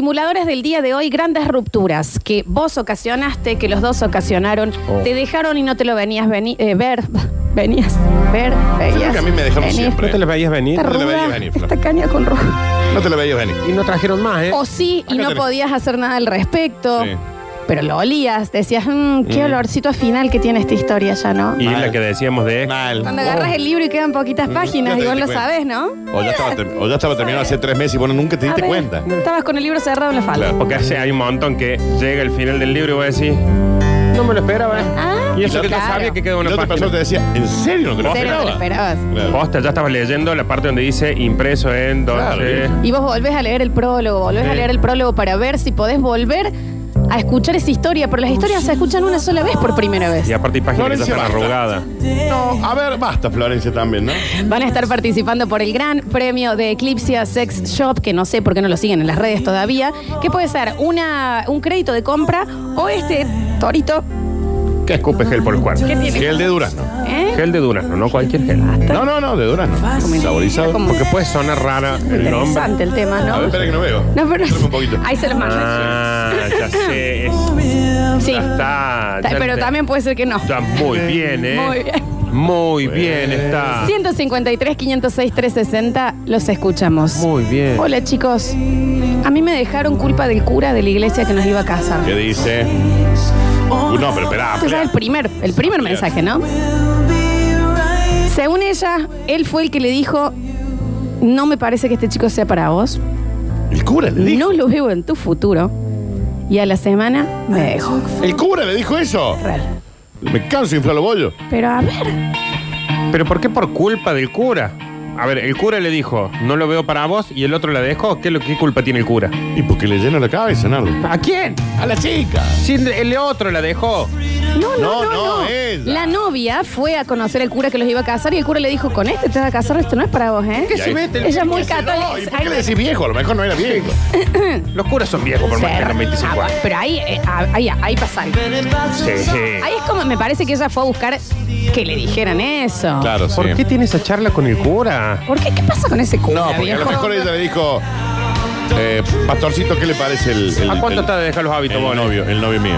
Simuladores del día de hoy, grandes rupturas que vos ocasionaste, que los dos ocasionaron, Oh. te dejaron y no te lo venías veni- eh, ver, venías, ver, Yo creo veías. que a mí me dejaron venir. siempre. No te las veías venir Esta No te lo ruda, veía venir, Flor. esta caña con rojo. No te lo veías venir. y no trajeron más, ¿eh? O sí, y Acá no tenés. podías hacer nada al respecto. Sí. Pero lo olías, decías, "Mm, qué Mm. olorcito a final que tiene esta historia ya, ¿no? Y Mal. la que decíamos de. Mal. Cuando agarras el libro y quedan poquitas páginas, Oh. Mm, y Ya te vos diste lo cuenta. sabés, ¿no? O ya estaba, ter- o ya estaba terminado hace tres meses y bueno, nunca te A diste ver, cuenta. Estabas con el libro cerrado en la falda. Claro. Porque hace- hay un montón que llega el final del libro y voy a decir. No me lo esperaba, ¿eh? Ah, y eso claro. que yo sabía que quedaba Y una la otra página. persona te decía, ¿en serio no te lo ¿En serio no te lo esperabas? Claro. Posta, ya estabas leyendo la parte donde dice impreso en eh, 12. Claro. Y vos volvés a leer el prólogo, volvés Sí. a leer el prólogo para ver si podés volver a escuchar esa historia, pero las historias se escuchan una sola vez por primera vez. Y aparte hay páginas que ya Florencia están Basta. arrugadas. No, a ver, basta Florencia también, ¿no? Van a estar participando por el gran premio de Eclipsia Sex Shop, que no sé por qué no lo siguen en las redes todavía, que puede ser una, un crédito de compra o este torito. ¿Qué escupe gel por el cuarto? ¿Qué Ah, tiene? Gel de durazno. ¿Eh? Gel de durazno, no cualquier gel. No, no, no, de durazno. Saborizado. Como- Porque puede sonar rara el nombre. Interesante el tema, A ver, ¿no? espera que no veo. No, pero Espérame un poquito. Ahí se los mando. Ah, ya sé. es- sí. Ya está. Ta- ya Pero te- también puede ser que no. Está muy bien, ¿eh? Muy bien. Muy bien está. 153, 506, 360, los escuchamos. Muy bien. Hola chicos, a mí me dejaron culpa del cura de la iglesia que nos iba a casar. ¿Qué dice? Uh, no, pero espera, Este ya es el primer, el primer mensaje, ¿no? Según ella, él fue el que le dijo, no me parece que este chico sea para vos, El cura le dijo. no lo veo en tu futuro, y a la semana me dejó. El cura le dijo eso. Real. Me canso de inflar los bollos. Pero a ver, ¿Pero por qué por culpa del cura? A ver, el cura le dijo, no lo veo para vos, y el otro la dejó. ¿Qué, lo- qué culpa tiene el cura? Y porque le lleno la cabeza, Nardo. ¿A quién? A la chica. Si el- el otro la dejó. no, no, no, No, no, no. ella. La novia fue a conocer al cura que los iba a casar y el cura le dijo, con este te vas a casar, esto no es para vos, ¿eh? ¿Qué se ahí- mete? Ella es muy No, ¿y católica. por qué le decís viejo? A lo mejor no era viejo. Los curas son viejos por más que tengan 25 Ah, años. Pero ahí, eh, ah, ahí, ahí pasa algo. Sí, Ahí sí. es como, me parece que ella fue a buscar que le dijeran eso. Claro, sí. ¿Por qué tiene esa charla con el cura? ¿Por qué? ¿Qué pasa con ese cura, No, porque a lo viejo? mejor ella le dijo, eh, Pastorcito, ¿qué le parece el, el- ¿A cuánto el- está de dejar los hábitos, el vos? novio, el novio mío?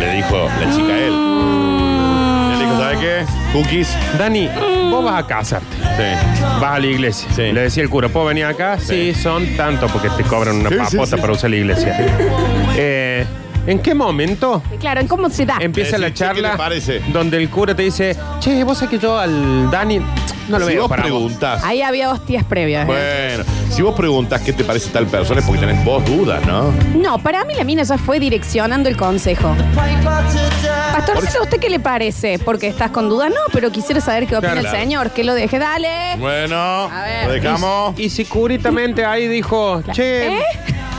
Le dijo la chica a él. Mm, Le dijo, ¿sabes qué? Cookies. Dani, vos vas a casarte. Sí. Vas a la iglesia. Sí. Le decía el cura, ¿puedo venir acá? Sí, Sí. son tantos porque te cobran una Sí, sí, papota sí. para usar la iglesia. Eh, ¿En qué momento Claro, ¿en cómo se da? empieza Decir, la "Che, ¿qué charla te parece?" donde el cura te dice, che, vos sabés que yo al Dani no lo si veo vos para vos"? preguntás, Ahí había hostias previas. ¿eh? bueno, si vos preguntás qué te parece tal persona es porque tenés vos dudas, ¿no? No, para mí la mina ya fue direccionando el consejo. Pastorcito, ¿a usted qué le parece? Porque estás con duda, no, pero quisiera saber qué opina Claro, el claro. señor, que lo deje, dale. Bueno, A ver. lo dejamos. Y si curitamente ahí dijo, che, ¿Eh?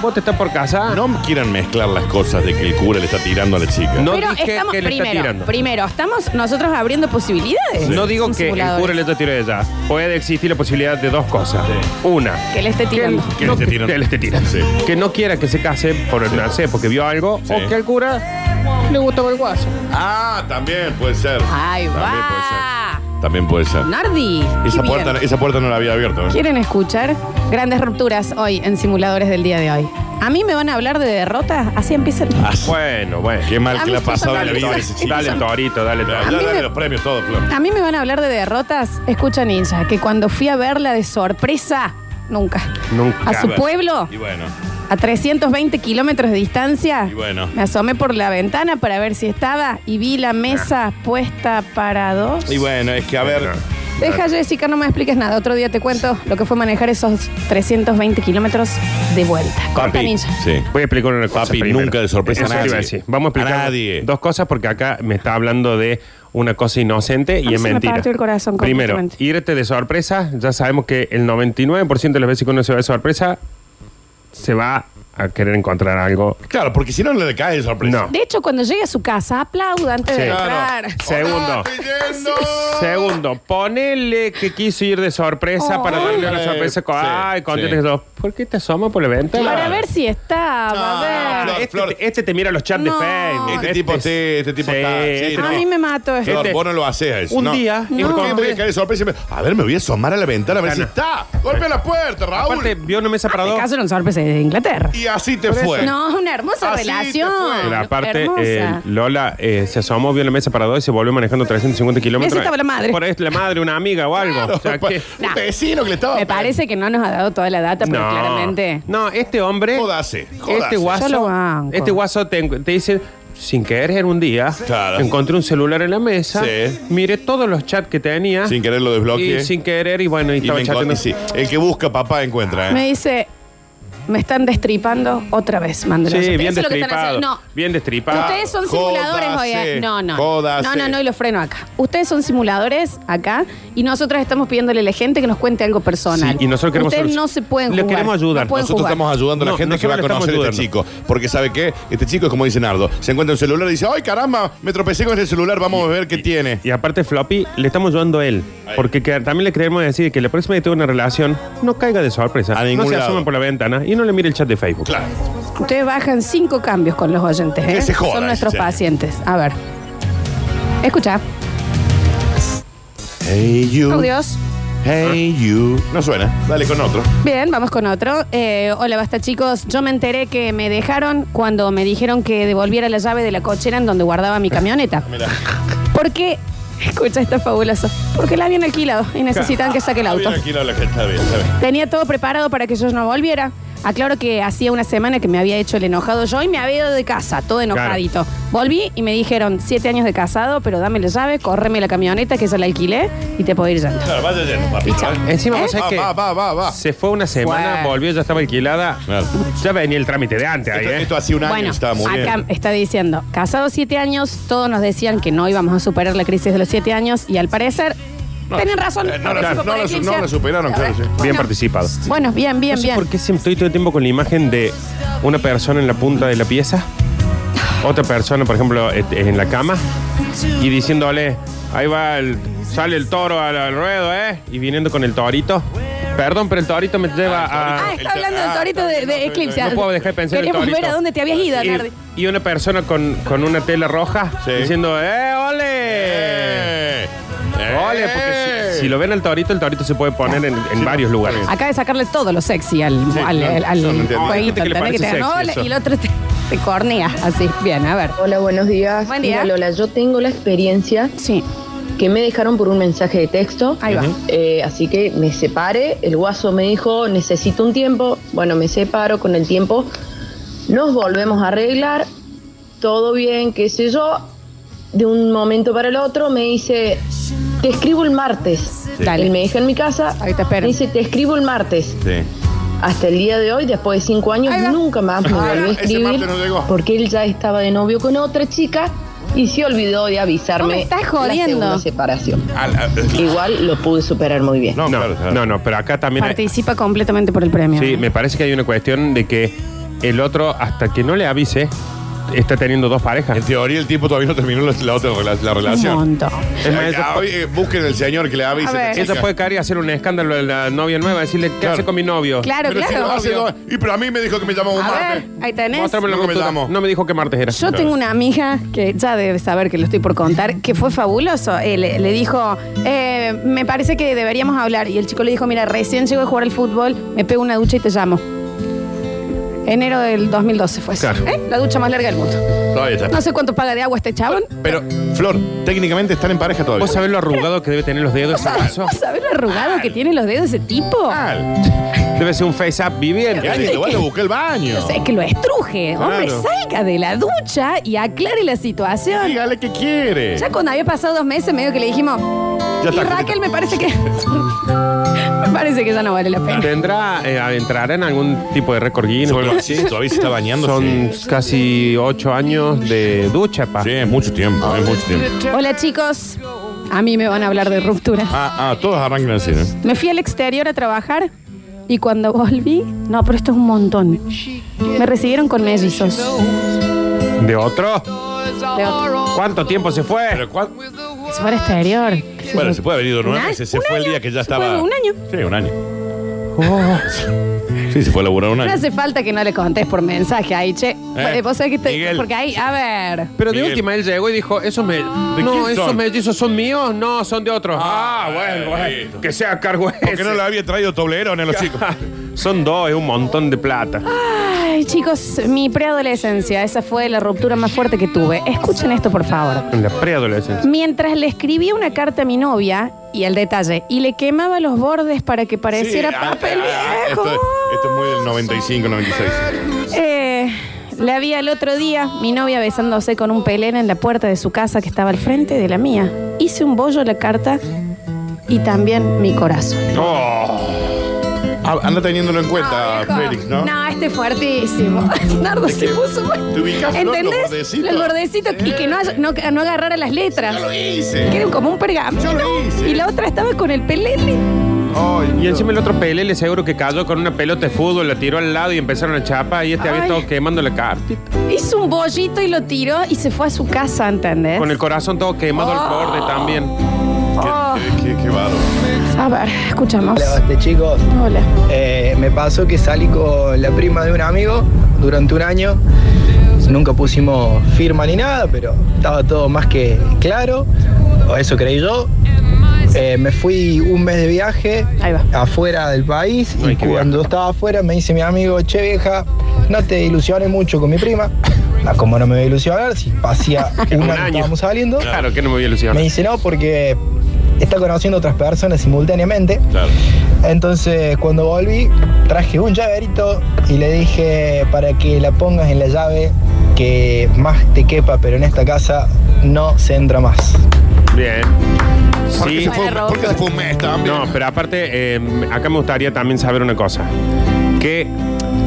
vos te estás por casa. No quieran mezclar las cosas de que el cura le está tirando a la chica. No pero dije estamos que le está primero, tirando. primero, estamos nosotros abriendo posibilidades. No digo Son que el simuladores. cura le está tirando a ella. Puede existir la posibilidad de dos cosas. Sí. Una, Que le esté que él, tirando. Que no- le esté tirando. que él esté tirando. Sí. Que no quiera que se case por el no sé, porque vio algo. Sí. O que al cura le gustó el guaso. Ah, también puede ser. Ahí También va. puede ser. También puede ser. Nardi. qué Esa bien. puerta, esa puerta no la había abierto. ¿eh? ¿Quieren escuchar grandes rupturas hoy en simuladores del día de hoy? A mí me van a hablar de derrotas, así empieza el... Ah, Bueno, bueno. Qué mal A que mí le ha me pasado pasa a la mal. vida. de ese chico. Dale, Torito, dale, Ya, ya Torito. mí dale me- los premios todos, Flor. A mí me van a hablar de derrotas, escucha ninja, que cuando fui a verla de sorpresa, nunca. Nunca. A su Bueno, pueblo, Y bueno, a 320 kilómetros de distancia, Y bueno. me asomé por la ventana para ver si estaba y vi la mesa puesta para dos. Ah. y bueno, es que a ver. Deja, Jessica, no me expliques nada. Otro día te cuento lo que fue manejar esos 320 kilómetros de vuelta. Corta, Papi, ninja. sí. Voy a explicar una cosa. Papi, primero. nunca de sorpresa a Eso te nadie. iba a decir. Vamos a explicar A nadie. dos cosas porque acá me está hablando de una cosa inocente A y mí es se me mentira. partió el corazón Primero, completamente. irte de sorpresa. Ya sabemos que el 99% de las veces que uno se va de sorpresa, se va a querer encontrar algo. Claro, porque si no, no le cae de sorpresa. No. De hecho, cuando llegue a su casa, aplauda antes Sí. de entrar. Claro. Segundo. Hola, estoy yendo. Segundo, ponele que quiso ir de sorpresa Oh. para darle una Eh, sorpresa. con- sí, Ay, contento sí. que sos. ¿Por qué te asoma por la ventana? Para ver si estaba. No, a ver. no, Este, Flor. este te mira los chats de No. Facebook. Este tipo sí, este tipo está- sí, este no. a tipo- mí me mato esto. Flor, Este- vos no lo haces a eso. Un no. día ¿Por qué encontré- voy a caer de sorpresa? y me- A ver, me voy a asomar a la ventana a ver si Ventana. está. Golpea la puerta, Raúl. Aparte, vio una mesa para Me dos. caso en sorpresa de Inglaterra. Y así te Por eso. fue. No, una hermosa Así te fue. relación. Pero aparte, Ah, Hermosa. eh, Lola eh, se asomó, vio la mesa para dos y se volvió manejando 350 kilómetros. Esa estaba la madre. Por ahí la madre, una amiga o algo. O sea, que- Nah. Un vecino que le estaba. Me parece que no nos ha dado toda la data, pero claramente. No, este hombre. Jódase, jódase. Este Yo lo guaso. banco. Este guaso te, en- te dice. Sin querer en un día, Claro. encontré un celular en la mesa, Sí. miré todos los chats que tenía. Sin querer lo desbloqueé. Y sin querer, y bueno, y Y estaba me chateando. encon- sí, El que busca papá encuentra, ¿eh? Me dice, me están destripando otra vez, Sí, Mandela. bien Eso es lo que están destripado. haciendo. No. Bien destripado. Ustedes son Jódase. simuladores hoy. eh. No, no. Jódase. No, no, no, y lo freno acá. Ustedes son simuladores acá y nosotros estamos pidiéndole a la gente que nos cuente algo personal. Sí, y nosotros queremos Ustedes solu- no se pueden Le jugar. queremos ayudar. No pueden Nosotros jugar. estamos ayudando a la No, gente que va a nosotros conocer le a este estamos chico. Porque sabe qué? Este chico es como dice Nardo. Se encuentra un celular y dice, ¡ay caramba! Me tropecé con este celular, vamos a ver qué tiene. Y aparte, Floppy, le estamos ayudando a él. Ahí. Porque que- también le queremos decir que la próxima vez que tenga una relación, no caiga de sorpresa. A no ningún se lado. asome por la ventana y no le mire el chat de Facebook. Claro. Ustedes bajan cinco cambios con los oyentes. Que ¿eh? se joda, Son nuestros sí. pacientes. A ver. Escucha. Hey you. Audios. Hey you. No suena. Dale con otro. Bien, vamos con otro. Eh, hola, basta chicos. Yo me enteré que me dejaron cuando me dijeron que devolviera la llave de la cochera en donde guardaba mi camioneta. Mira. Porque, escucha, está fabuloso. Porque la habían alquilado y necesitan que saque el auto. Está bien, aquí no, la que está bien, está bien. Tenía todo preparado para que yo no volviera. Aclaro que hacía una semana que me había hecho el enojado yo y me había ido de casa, todo enojadito. Volví y me dijeron, siete años de casado, pero dame la llave, córreme la camioneta que yo la alquilé y te puedo ir yendo. Claro, vaya yendo, papi. ¿eh? Encima, vos sabés Va, que va, va, va, va. se fue una semana, Fue. volvió, ya estaba alquilada. Claro. Ya venía el trámite de antes ahí, Esto, ¿eh? esto hace un año Bueno, estaba muy acá bien. está diciendo, casados siete años, todos nos decían que no íbamos a superar la crisis de los siete años y al parecer, No, tienen razón. eh, no la- Participo no por la- Eclipse. no la superaron, claro, sí. Bien Bueno, participado. Bueno, bien, bien, No sé bien. ¿Por qué siempre estoy todo el tiempo con la imagen de una persona en la punta de la pieza? Otra persona, por ejemplo, et- en la cama y diciéndole, ahí va, el- sale el toro al, al ruedo, ¿eh? Y viniendo con el torito. Perdón, pero el torito me lleva a... Ah, está hablando del Ah, torito de, de Eclipse. No puedo dejar de pensar en el Queremos torito. ver a dónde te habías ido, Nardi. Y, y una persona con, con una tela roja Sí. diciendo, ¡eh, ole! Eh, eh. Ole, porque si, si lo ven al torito, el torito se puede poner en, en varios lugares. Acaba de sacarle todo lo sexy al, Sí, al, no, al- al no, no entendí. Hay jueguito. gente que le ¿entendés? Que te parece hagan, sexy "Ole", y el eso. otro te, te cornea. Así, bien, a ver. Hola, buenos días. Buen día. Mira, Lola, yo tengo la experiencia Sí, que me dejaron por un mensaje de texto. ahí va. Eh, así que me separé. El guaso me dijo, necesito un tiempo. Bueno, me separo con el tiempo. Nos volvemos a arreglar. Todo bien, qué sé yo. De un momento para el otro me dice, te escribo el martes. Dale. Él me deja en mi casa. Ahí te espero. Me dice, te escribo el martes. Sí. Hasta el día de hoy, después de cinco años, Ahí va. nunca más me Ahí volvió va. a Ese martes escribir no llegó. porque él ya estaba de novio con otra chica y se olvidó de avisarme. No me estás La jodiendo. segunda separación. Al- al- Igual lo pude superar muy bien. Ah, No, No, claro, claro. no, no, pero acá también hay, Participa completamente por el premio. ¿eh? Sí, me parece que hay una cuestión de que el otro, hasta que no le avise, está teniendo dos En parejas. teoría el tipo todavía no terminó la, la otra rela- la Un relación. montón. Es más, Ah, ella, oye, busquen el señor que le avise. A ver. a esta chica. ella puede caer y hacer un escándalo de la novia nueva, decirle, ¿qué Claro. hace con mi novio? Claro, Pero si claro. lo hace, no- y pero a mí me dijo que me llamaba un A martes. ver, ahí tenés. Muéstrame la No me rotura. llamo. No me dijo que martes era. Yo tengo una amiga que ya debe saber que lo estoy por contar, que fue fabuloso. Eh, le, le dijo, eh, me parece que deberíamos hablar. Y el chico le dijo, mira, recién llego a jugar al fútbol, me pego una ducha y te llamo. Enero del 2012 fue eso. Claro. ¿Eh? La ducha más larga del mundo. Todavía está. No sé cuánto paga de agua este chabón. Pero, Flor, técnicamente están en pareja todavía. ¿Vos sabés lo arrugado que debe tener los dedos ese brazo? ¿Vos sabés lo arrugado que tienen los dedos de ese tipo? Ah. Mal. Debe ser un face-up viviente. Qué lindo, vaya a buscar el baño. O sea, que lo estruje. Claro. Hombre, salga de la ducha y aclare la situación. Dígale que quiere. Ya cuando había pasado dos meses, medio que le dijimos, Ya y está, Raquel me parece que. me parece que ya no vale la pena. ¿Tendrá, eh, entrará en algún tipo de récord Guinness? o algo Todavía- así? Todavía se está bañando. Son casi ocho años de ducha, pa. Sí, es mucho tiempo, es mucho tiempo. Hola chicos, a mí me van a hablar de rupturas. Ah, ah, todos arrancan así, ¿no? Me fui al exterior a trabajar y cuando volví, no, pero esto es un montón. Me recibieron con mellizos. ¿De otro? De otro. ¿Cuánto tiempo se fue? Pero ¿cuál? Se fue al exterior. Bueno, se puede haber ido nueve Un meses. Se año, fue el un día que ya año, se fue estaba. un año. Sí, un año. Oh. Sí, se fue a laburar un No año. hace falta que no le contés por mensaje ahí, che. Eh, Vos sabés que te- Miguel. porque ahí, a ver. Pero de Miguel. última él llegó y dijo, esos me... no, quién esos son? mellizos son míos, no, son de otros. Ah, Ah, bueno, bueno, listo. que sea cargo Porque no lo había traído Toblerón a los chicos. son dos, es un montón de plata. Ay, Ay, chicos, mi preadolescencia, esa fue la ruptura más fuerte que tuve. Escuchen esto, por favor. En la preadolescencia. Mientras le escribía una carta a mi novia, y el detalle, y le quemaba los bordes para que pareciera Sí, ah, papel ah, viejo. Esto, esto es muy del 95, 96. Eh, la vi al otro día, mi novia besándose con un pelén en la puerta de su casa que estaba al frente de la mía. Hice un bollo a la carta y también mi corazón. Oh, Ah, anda teniéndolo en cuenta, Ah, viejo. Félix, ¿no? No, este es fuertísimo. Nardo se que puso mal. te ubicás, Flor, los ¿Entendés? bordecitos. Los bordecitos y que no, haya- no, no agarrara las letras. Yo lo Que hice. era como un pergamino. Yo lo hice. Y la otra estaba con el pelele. Ay, Y Dios. encima el otro Pelé le seguro que cayó con una pelota de fútbol, la tiró al lado y empezaron a chapa y este había Ay. estado quemando la cartita. Hizo un bollito y lo tiró y se fue a su casa, ¿entendés? Con el corazón todo quemado al Oh. borde también. Oh, Qué- Qué, qué, bárbaro. a ver, escuchamos. Hola, basta, chicos. Hola. Eh, me pasó que salí con la prima de un amigo durante un año. Nunca pusimos firma ni nada, pero estaba todo más que claro. O eso creí yo. Eh, me fui un mes de viaje Ahí va. afuera del país Ay, y qué viaje. cuando estaba afuera me dice mi amigo, che vieja, no te ilusiones mucho con mi prima. Ah, como no me voy a ilusionar, si pasía un Un año año. estábamos saliendo. Claro que no me voy a ilusionar. Me dice no porque está conociendo otras personas simultáneamente. Claro. Entonces cuando volví traje un llaverito y le dije para que la pongas en la llave que más te quepa, pero en esta casa no se entra más. Bien. ¿Por qué Sí. se fue, Para ¿por qué se fue un mes también? No, pero aparte, eh, acá me gustaría también saber una cosa. Que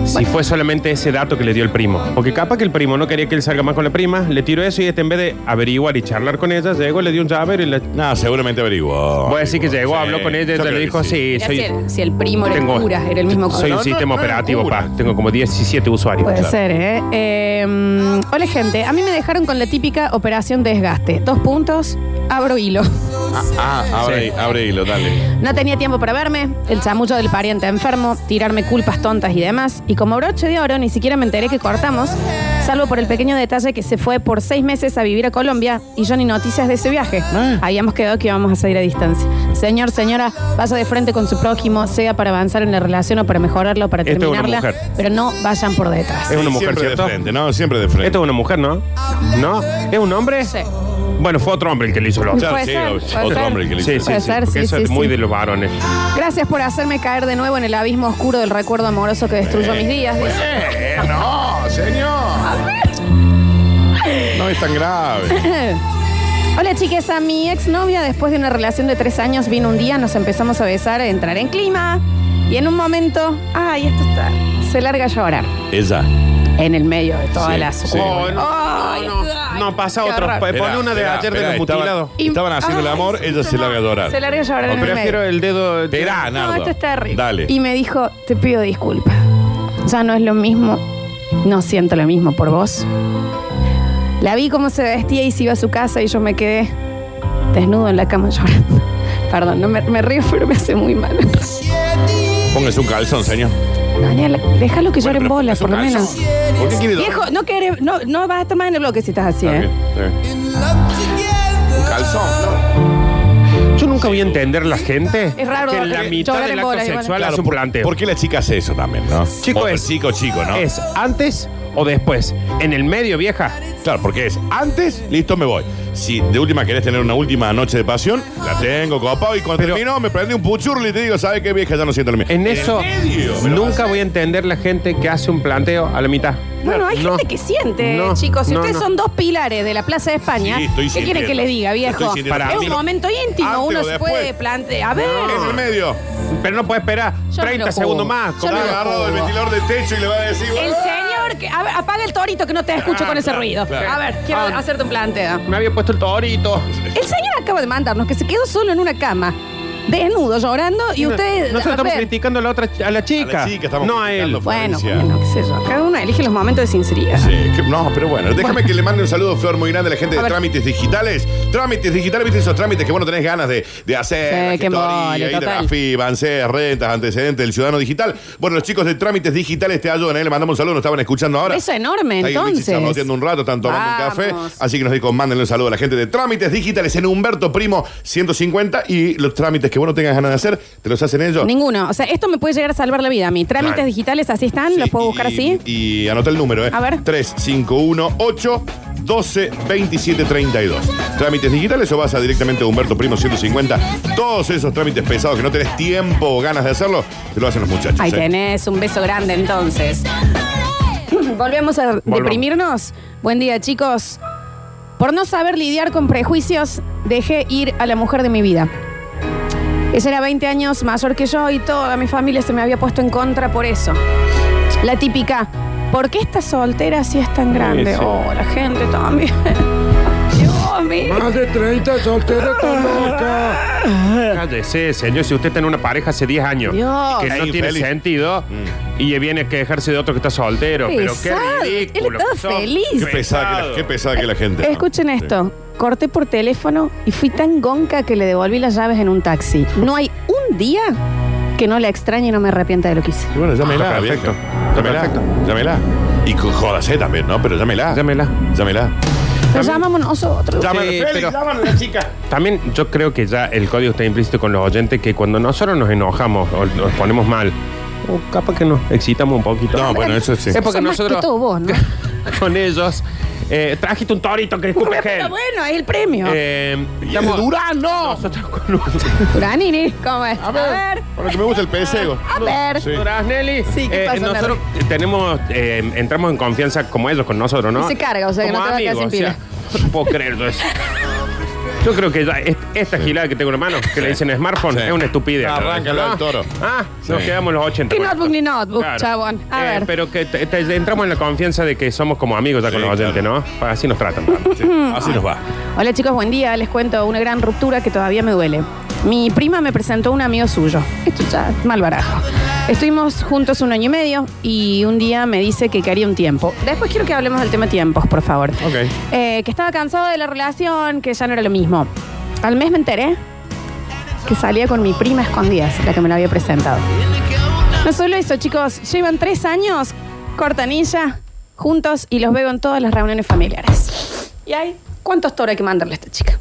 si fue solamente ese dato que le dio el primo. Porque capaz que el primo no quería que él salga más con la prima, le tiró eso y este en vez de averiguar y charlar con ella, llegó, le dio un llavero y le... No, seguramente averiguó. Voy a decir que llegó, Sí, habló con ella, yo ella creo le que dijo, sí, Ya soy... si, el, si el primo era el Tengo, cura, era el mismo cura. soy un no, sistema no era operativo, cura. pa. Tengo como 17 usuarios. Puede Claro. ser, ¿eh? Eh, mm, Hola, gente. A mí me dejaron con la típica operación desgaste. Dos puntos, abro hilo. Ah, ah, abre, Sí. abre hilo, dale. No tenía tiempo para verme, el chamullo del pariente enfermo, tirarme culpas tontas y demás. Y como broche de oro, ni siquiera me enteré que cortamos, salvo por el pequeño detalle que se fue por seis meses a vivir a Colombia y yo ni noticias de ese viaje. Ah. Habíamos quedado que íbamos a salir a distancia. Señor, señora, vaya de frente con su prójimo, sea para avanzar en la relación o para mejorarla o para Esta es una terminarla, mujer. pero no vayan por detrás. Es una mujer, siempre ¿cierto? de frente, no, siempre de frente. Esto es una mujer, ¿no? ¿No? ¿Es un hombre? Sí. Bueno, fue otro hombre el que le hizo lo otro. Claro, Puede sí, ser, o- puede otro ser. hombre que le hizo. Sí, sí, Puede sí, ser, porque sí, eso es sí, muy sí. de los varones. Gracias por hacerme caer de nuevo en el abismo oscuro del recuerdo amoroso que destruyó mis días. dice. Eh, no, señor. No es tan grave. Hola chiques, a mi exnovia después de una relación de tres años vino un día, nos empezamos a besar, a entrar en clima y en un momento, ay, esto está, se larga a llorar Ella. en el medio de toda Sí, la sí. Oh, no, Ay, no, ay, no, pasa qué otro. horror. Pone Esperá, Eh, una de esperá, ayer de esperá, los estaban- mutilados. Y- Estaban haciendo el ay, amor, ella se larga a llorar. Se larga a llorar en el medio. Prefiero el dedo. Esperá, No, Nardo. esto es terrible. Dale. Y me dijo, te pido disculpas. Ya no es lo mismo. No siento lo mismo por vos. La vi cómo se vestía y se iba a su casa y yo me quedé desnudo en la cama llorando. Perdón, no me, me río, pero me hace muy mal. Póngase un calzón, señor. Daniela, déjalo que lloren Bueno, pero bolas, póngase por un lo menos. calzón. ¿Por qué quiere dormir? Viejo, no querés, no, no vas a tomar en el bloque si estás así, Está ¿eh? bien, está bien. Un calzón, Flor. Yo nunca voy a entender la gente Es raro, que en la eh, mitad llorar del en acto bolas, sexual igual. hace un por- planteo. ¿Por qué la chica hace eso también, no? Chico O- es- Chico, chico, ¿no? ¿Es antes o después? ¿En el medio, vieja? Claro, porque es antes, listo, me voy. Si de última querés tener una última noche de pasión, la tengo, copado. Y cuando Pero- termino, me prendí un puchurli y te digo, ¿sabes qué vieja? Ya no siento lo mismo. En eso el medio, pero nunca voy a entender la gente que hace un planteo a la mitad. Bueno, hay No. gente que siente, No, chicos. Si no, ustedes no. son dos pilares de la Plaza de España, Sí, estoy ¿qué quieren sintiendo. que les diga, Estoy viejo? sintiendo. es Para un mí- momento Antes íntimo, o uno se después. puede plantear. A ver. En el medio. Pero no puede esperar Yo 30 no lo segundos puedo. más. Yo como- no Está lo agarrado del puedo. ventilador del techo y le va a decir. El "Ah". señor que. A ver, apaga el torito que no te escucho Ah, con ese claro, ruido. claro. A ver, quiero Ah. hacerte un planteo. Me había puesto el torito. El señor acaba de mandarnos que se quedó solo en una cama, desnudo, llorando, y ustedes. Nosotros a estamos ver. criticando a la otra a la chica. A la chica estamos no a él. criticando. Bueno, Florencia. bueno, qué sé yo. Cada uno elige los momentos de sinceridad. Sí, que- no, pero bueno, déjame que le mande un saludo, Flor, muy grande a la gente A de ver. Trámites Digitales. Trámites Digitales, ¿viste esos trámites que, bueno, tenés ganas de, de hacer? Sí, la qué embole, ir a la total. FIB, ANSES, rentas, antecedentes, el ciudadano digital. Bueno, los chicos de Trámites Digitales te ayudan, ¿eh? Le mandamos un saludo, nos estaban escuchando ahora. Eso es enorme, Está ahí Richie entonces. charloteando un rato, están tomando Vamos. un café. Así que nos dijo, mándenle un saludo a la gente de Trámites Digitales en Humberto Primo 150 y los trámites que vos no tengas ganas de hacer, te los hacen ellos. Ninguno. O sea, esto me puede llegar a salvar la vida a mí. Trámites Claro. digitales así están, Sí, los puedo buscar y- así. Y anota el número, ¿eh? A ver. 3518 12 27 32. Trámites digitales o vas a directamente a Humberto Primo 150. Todos esos trámites pesados que no tenés tiempo o ganas de hacerlo, te lo hacen los muchachos. Ahí ¿eh? tenés, un beso grande entonces. Volvemos a deprimirnos. Buen día, chicos. Por no saber lidiar con prejuicios, dejé ir a la mujer de mi vida. Ella era 20 años mayor que yo y toda mi familia se me había puesto en contra por eso. La típica, ¿por qué esta soltera si es tan grande? sí. Oh, la gente también. Dios mío. Ah. Más de 30 solteras están locas. Cállese, señor. Si usted está en una pareja hace 10 años Dios. que no Ahí, tiene feliz. sentido Mm. y viene a quejarse de otro que está soltero. Pero qué Pesado. ridículo. Él que está sos. feliz. Qué Qué pesada, que la, qué pesada que la gente. ¿no? Escuchen Sí. esto. Corté por teléfono y fui tan gonca que le devolví las llaves en un taxi. No hay un día que no la extrañe y no me arrepienta de lo que hice. Y bueno, llámela, Está perfecto. perfecto. Está Llámela, perfecto. llámela. Y co- jódase también, ¿no? Pero llámela. Llámela. Llámela. Lo llamamos nosotros. Llámala, Sí, Félix, pero- llámala a la chica. También yo creo que ya el código está implícito con los oyentes que cuando nosotros nos enojamos o nos ponemos mal, o capaz que nos excitamos un poquito. No, bueno, eso sí. Es porque Son más nosotros que todo vos, ¿no? con ellos eh, trajiste un torito que escupe Pero gel. bueno, es el premio. Eh, ¡Estamos estamos Durano! nosotros con un Uranini, ¿cómo es? A ver. Por lo que me gusta el pesego. A ver. Sí. Duraznelli. Sí, ¿qué Eh, pasa, nosotros tenemos, eh, entramos en confianza como ellos con nosotros, ¿no? Se carga, o sea, que Como no te va a quedar amigos, sin o sea, no puedo creerlo eso. Yo creo que ya est- esta gilada que tengo en la mano, que le dicen smartphone, Sí. es una estupidez. Arráncalo Ah, al toro. Ah, nos Sí. quedamos los 80. ¿Qué con notebook esto. ni notebook, chabón? A ver. Eh, Pero que te- te- entramos en la confianza de que somos como amigos ya con Sí, los oyentes, claro. ¿no? Así nos tratan. ¿no? Sí, Así nos va. Hola chicos, buen día. Les cuento una gran ruptura que todavía me duele. Mi prima me presentó a un amigo suyo. Esto ya es mal barajo. Estuvimos juntos un año y medio y un día me dice que quería un tiempo. Después quiero que hablemos del tema tiempos, por favor. Ok. Eh, que estaba cansado de la relación, que ya no era lo mismo. Al mes me enteré que salía con mi prima a escondidas, la que me la había presentado. No solo eso, chicos, llevan tres años cortanilla juntos y los veo en todas las reuniones familiares. ¿Y hay cuántos toros hay que mandarle a esta chica?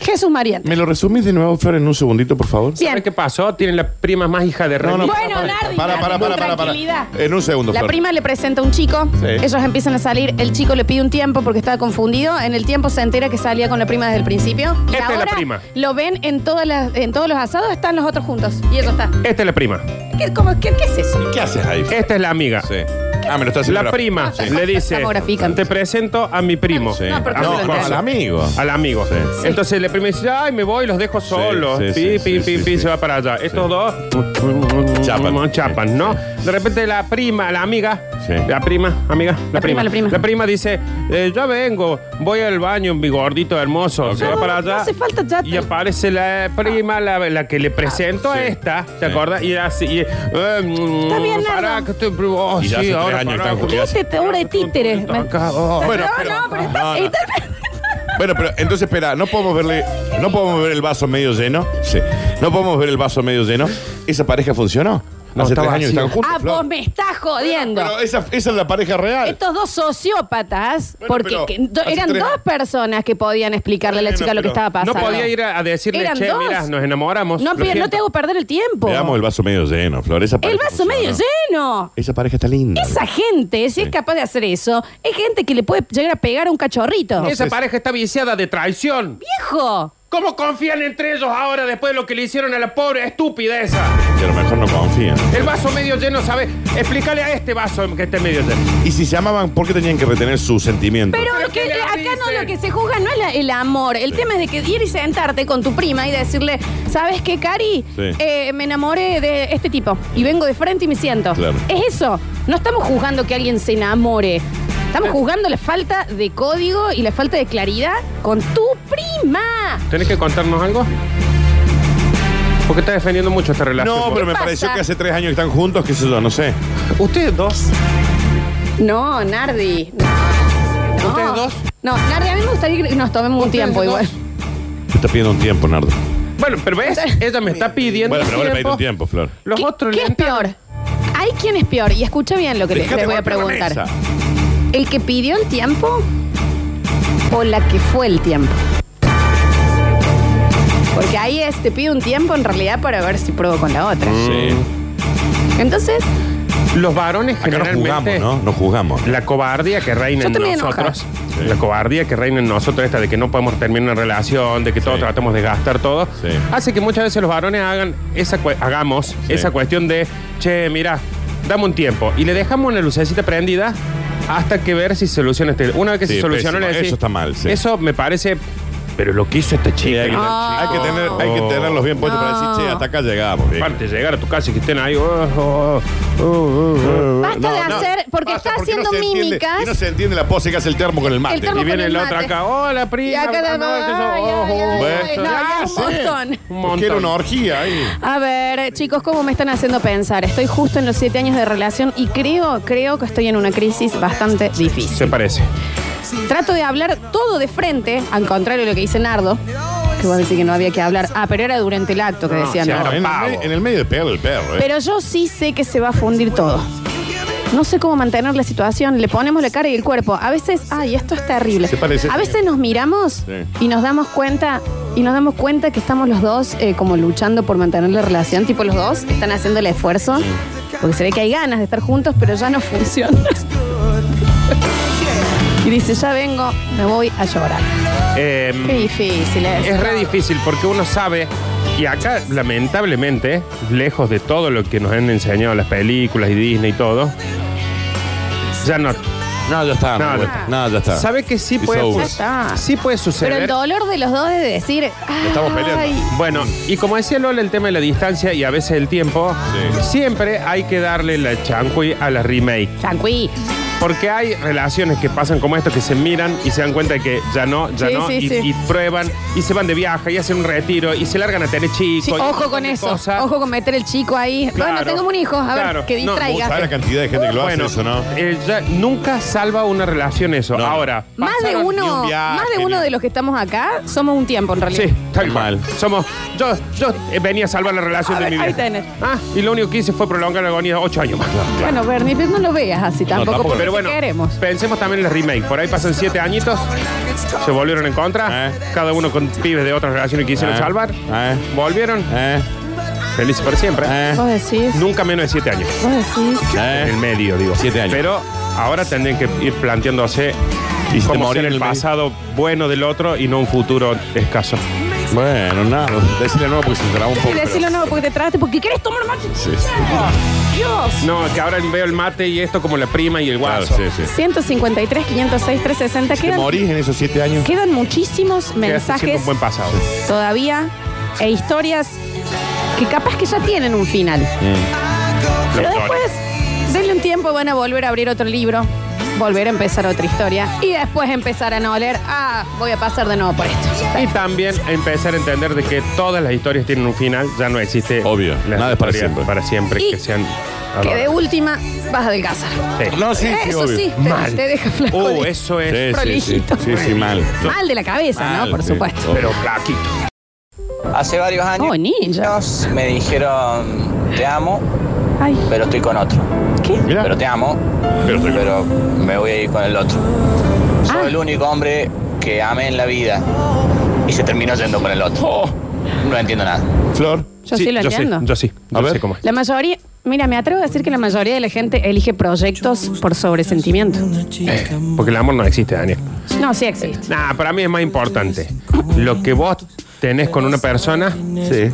Jesús María. ¿Me lo resumís de nuevo, Flor, en un segundito, por favor? Bien. ¿Sabes qué pasó? Tienen la prima más hija de rey. No, no, bueno, para, Nardi, para, para, con para, para, para. tranquilidad. En un segundo, La Flor. prima le presenta a un chico, Sí. ellos empiezan a salir, el chico le pide un tiempo porque estaba confundido, en el tiempo se entera que salía con la prima desde el principio. Y Esta es la ahora prima. Lo ven en, todas las- en todos los asados, están los otros juntos. Y eso está. Esta es la prima. ¿Qué, cómo- qué- qué es eso? ¿Qué haces ahí? Esta es la amiga. Sí. Ah, me lo estás haciendo. La prima Sí. le dice, Samografican. te presento a mi primo. Sí. Ah, No, pero A no me lo mi No, con esposo. entiendo. el amigo. Al amigo. Sí. Entonces la prima dice, ay, me voy, los dejo solos. sí, pi, pi, sí, sí, pi, sí, pi, sí. se va para allá. Estos dos Chapan. chapan, ¿no? De repente la prima, la amiga, Sí. la prima, amiga, la, La prima, la prima. dice, eh, yo vengo, voy al baño, mi gordito hermoso, se va No, para no allá. hace falta ya. Ah, Y aparece la prima, la, la que le presento a esta, ¿te acuerdas? Y así, y, eh, mm, bien, pará, Nardo. que estoy- oh, Y ya sí, hace tres ahora años pará, están porque- juntos. Este te obra de títeres. Me- Acá, oh. Bueno, no, pero- no, pero está. no, no. está- Bueno, pero entonces espera, no podemos verle, no podemos ver el vaso medio lleno. Sí. No podemos ver el vaso medio lleno. Esa pareja funcionó. No, Hace está tres años vacío. están juntos. Ah, Flor. vos me estás jodiendo. Pero esa, esa es la pareja real. Estos dos sociópatas, Bueno, porque pero que- do- hace eran tres- dos personas que podían explicarle a la Bueno, chica lo que pero estaba No pasando. podía ir a, a decirle, Eran che, dos. mira, nos enamoramos. No, lo pi- no siento". te hago perder el tiempo. Veamos el vaso medio lleno, Flor. Esa El pareja vaso funcionó. medio lleno. Esa pareja está linda. Esa gente, si es capaz de hacer eso, es gente que le puede llegar a pegar a un cachorrito. No. Esa sé. pareja está viciada de traición. ¡Viejo! ¿Cómo confían entre ellos ahora después de lo que le hicieron a la pobre estúpida esa? Que a lo mejor no confían. El vaso medio lleno, ¿sabes? Explícale a este vaso que esté medio lleno. Y si se amaban, ¿por qué tenían que retener sus sentimientos? Pero lo que, ¿qué le acá no dicen? lo que se juzga no es la- el amor. El tema es de que ir y sentarte con tu prima y decirle, ¿sabes qué, Cari? Sí. Eh, me enamoré de este tipo y vengo de frente y me siento. Claro. Es eso. No estamos juzgando que alguien se enamore. Estamos juzgando la falta de código y la falta de claridad con tu prima. ¿Tenés que contarnos algo? Porque está defendiendo mucho este esta relación. no, vos. pero me pasa? pareció que hace tres años que están juntos, qué sé yo, no sé. Ustedes dos. No, Nardi. No. ¿Ustedes dos? No, Nardi, a mí me gustaría que nos tomemos Ah. un tiempo dos? igual. Te está pidiendo un tiempo, Nardo. Bueno, pero ves, ella me está pidiendo. Bueno, pero vos le pediste tiempo. un tiempo, Flor. Los ¿Qué, otros qué le es peor? Hay quien es peor, y escucha bien lo que te, Dejate les voy a golpear la preguntar. mesa. ¿El que pidió el tiempo o la que fue el tiempo? Porque ahí es, te pido un tiempo en realidad para ver si pruebo con la otra. Sí. Entonces, Los varones Acá no jugamos, generalmente... ¿no? No jugamos. La cobardía que reina Yo en te voy a nosotros. La cobardía que reina en nosotros, esta de que no podemos terminar una relación, de que todos Sí. tratamos de gastar todo, Sí. hace que muchas veces los varones hagan esa cue- hagamos Sí. esa cuestión de, che, mira, dame un tiempo. Y le dejamos una lucecita prendida hasta que ver si soluciona este. Una vez que Sí, se solucionó, pésimo. le decís, Eso está mal, sí. Eso me parece. Pero lo que hizo este esta Sí, chica. hay, que, que- hay que tener, Oh. hay que tenerlos bien puestos para decir, che, hasta acá llegamos. bien. Aparte, llegar a tu casa y que estén ahí. oh, oh, oh, oh, Ah. oh. Basta de hacer- porque está no haciendo se entiende- mímicas. y no se entiende la pose que hace el termo con el mate. El termo Y viene con el la otra mate. acá. Hola, prima. Y acá Ah, de- no, que son- ay, ay, oh, oh, ay, oh. no, ¿Qué ya un hace? montón. Un Porque era montón. una orgía ahí. a ver, chicos, ¿cómo me están haciendo pensar? Estoy justo en los siete años de relación y creo, creo que estoy en una crisis bastante difícil. Se parece. Trato de hablar todo de frente, al contrario de lo que dice Nardo, que vos decís que no había que hablar. Ah, pero era durante el acto que No, decía sí, Nardo. ahora No, en, el, pavo. me- en el medio de peor el perro. eh. Pero yo sí sé que se va a fundir todo. No sé cómo mantener la situación. Le ponemos la cara y el cuerpo. A veces, ay, esto es terrible. Se parece. A veces nos miramos Sí. y nos damos cuenta y nos damos cuenta que estamos los dos eh, como luchando por mantener la relación. Tipo los dos están haciendo el esfuerzo porque se ve que hay ganas de estar juntos, pero ya no funciona. y dice, ya vengo, me voy a llorar. Em, Qué difícil es. es re difícil porque uno sabe, y acá lamentablemente, lejos de todo lo que nos han enseñado las películas y Disney y todo, ya no. No, ya está. No, No, ya- no, ya está. ¿Sabe que sí It's puede, over. fu- Ya está. sí puede Pero el suceder? dolor de los dos es de decir, ay, ¿eh? estamos peleando. Bueno, y como decía Lola, el tema de la distancia y a veces el tiempo, Sí. siempre hay que darle la chancuy a la remake. Tranqui. Porque hay relaciones que pasan como esto, que se miran y se dan cuenta de que ya no, ya Sí, no, sí, y, sí. y prueban, y se van de viaje, y hacen un retiro, y se largan a tener chicos. Sí, y un ojo montón con de eso. cosas. Ojo con meter el chico ahí. Claro. bueno, tengo un hijo, a ver, Claro. que No, distraiga. ¿Sabes la cantidad de gente que lo hace Bueno, eso, no? eh, ya nunca salva una relación eso. No. Ahora, más de pasaron- uno, un viaje, más de ni uno un- de los que estamos acá somos un tiempo en realidad. Sí, tal Mal. cual. Somos. Yo, yo eh, venía a salvar la relación A de ver, mi vida. ahí tenés. Ah, y lo único que hice fue prolongar la agonía ocho años más. Bueno, Bernie, pero no lo veas así tampoco, tampoco. porque Pero bueno, te queremos. pensemos también en el remake. Por ahí pasan siete añitos, se volvieron en contra, Eh. cada uno con pibes de otras relaciones que quisieron Eh. salvar. Eh. Volvieron, Eh, felices por siempre. eh, Vos decís, Nunca menos de siete años. vos decís. En el eh. medio, digo. Siete años. Pero ahora tendrían que ir planteándose Y si te cómo morís ser en el el medio. pasado bueno del otro y no un futuro escaso. Bueno, nada. Decirle nuevo porque se traba un poco. Y decirlo no, porque te trabaste, porque querés tomar más. Sí, sí. Dios. No, que ahora veo el mate y esto como la prima y el Claro, guaso. sí, sí. 153, 506, 360. ¿Te Quedan, morís en esos siete años? quedan muchísimos Que hace siempre mensajes un buen pasado. todavía e historias que capaz que ya tienen un final. Pero Los después, denle un tiempo, van a volver a abrir otro libro, volver a empezar otra historia y después empezar a no oler, ah, voy a pasar de nuevo por esto. Y también empezar a entender de que todas las historias tienen un final, ya no existe. Obvio, las nada es para historias siempre. Para siempre Y que sean. Que de última vas a adelgazar. Ah, Sí. No, sí, sí, eso obvio. sí, te, Mal. te deja flaco. Uh, de- eso es. Sí, sí, sí. Prolijito. Sí, sí, mal. Mal de la cabeza, Mal, ¿no? Por sí. supuesto. Pero flaquito. Hace varios años Oh, ninja. me dijeron, te amo, Ay, pero estoy con otro. ¿qué? Mirá. Pero te amo, Pero estoy con- pero me voy a ir con el otro. Soy Ah. el único hombre que amé en la vida y se terminó yendo con el otro. Oh. No entiendo nada. Flor. Yo sí, lo yo entiendo. yo sí. A Yo ver. sé cómo es. La mayoría, mira, me atrevo a decir que la mayoría de la gente elige proyectos por sobresentimiento. Eh, porque el amor no existe, Daniel. No, sí existe. Nah, para mí es más importante lo que vos tenés con una persona Sí.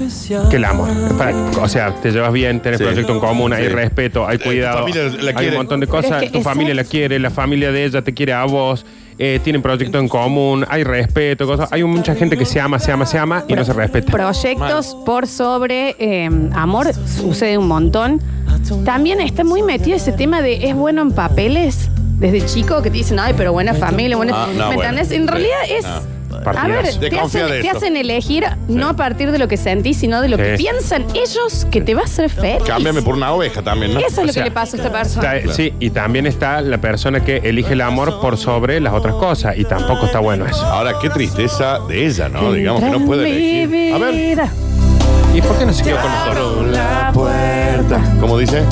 que el amor. Es para- o sea, te llevas bien, tenés Sí. proyecto en común, hay Sí. Eh, respeto, hay tu cuidado, familia la hay un quiere. montón de Pero cosas. es que tu familia la exacto. quiere, la familia de ella te quiere a vos. eh, tienen proyecto en común, hay respeto, cosas. Hay mucha gente que se ama, se ama, se ama y no se respeta. proyectos por sobre eh, amor sucede un montón. También está muy metido ese tema de es bueno en papeles desde chico que te dicen, ay, pero buena familia, buena. Ah, no, ¿Me bueno. entendés? En Sí, realidad es. no. A ver, Partidazo. te Desconfía hacen, de te eso. hacen elegir no a partir de lo que sentís, sino de lo que Sí. piensan ellos que te va a hacer feliz. Cámbiame por una oveja también, ¿no? Eso es lo sea, que le pasa a esta persona. Está- sí, y también está la persona que elige el amor por sobre las otras cosas y tampoco está bueno eso. Ahora, qué tristeza de ella, ¿no? Digamos que no puede elegir. A ver. ¿Y por qué no se quedó con nosotros? La puerta. ¿Cómo dice?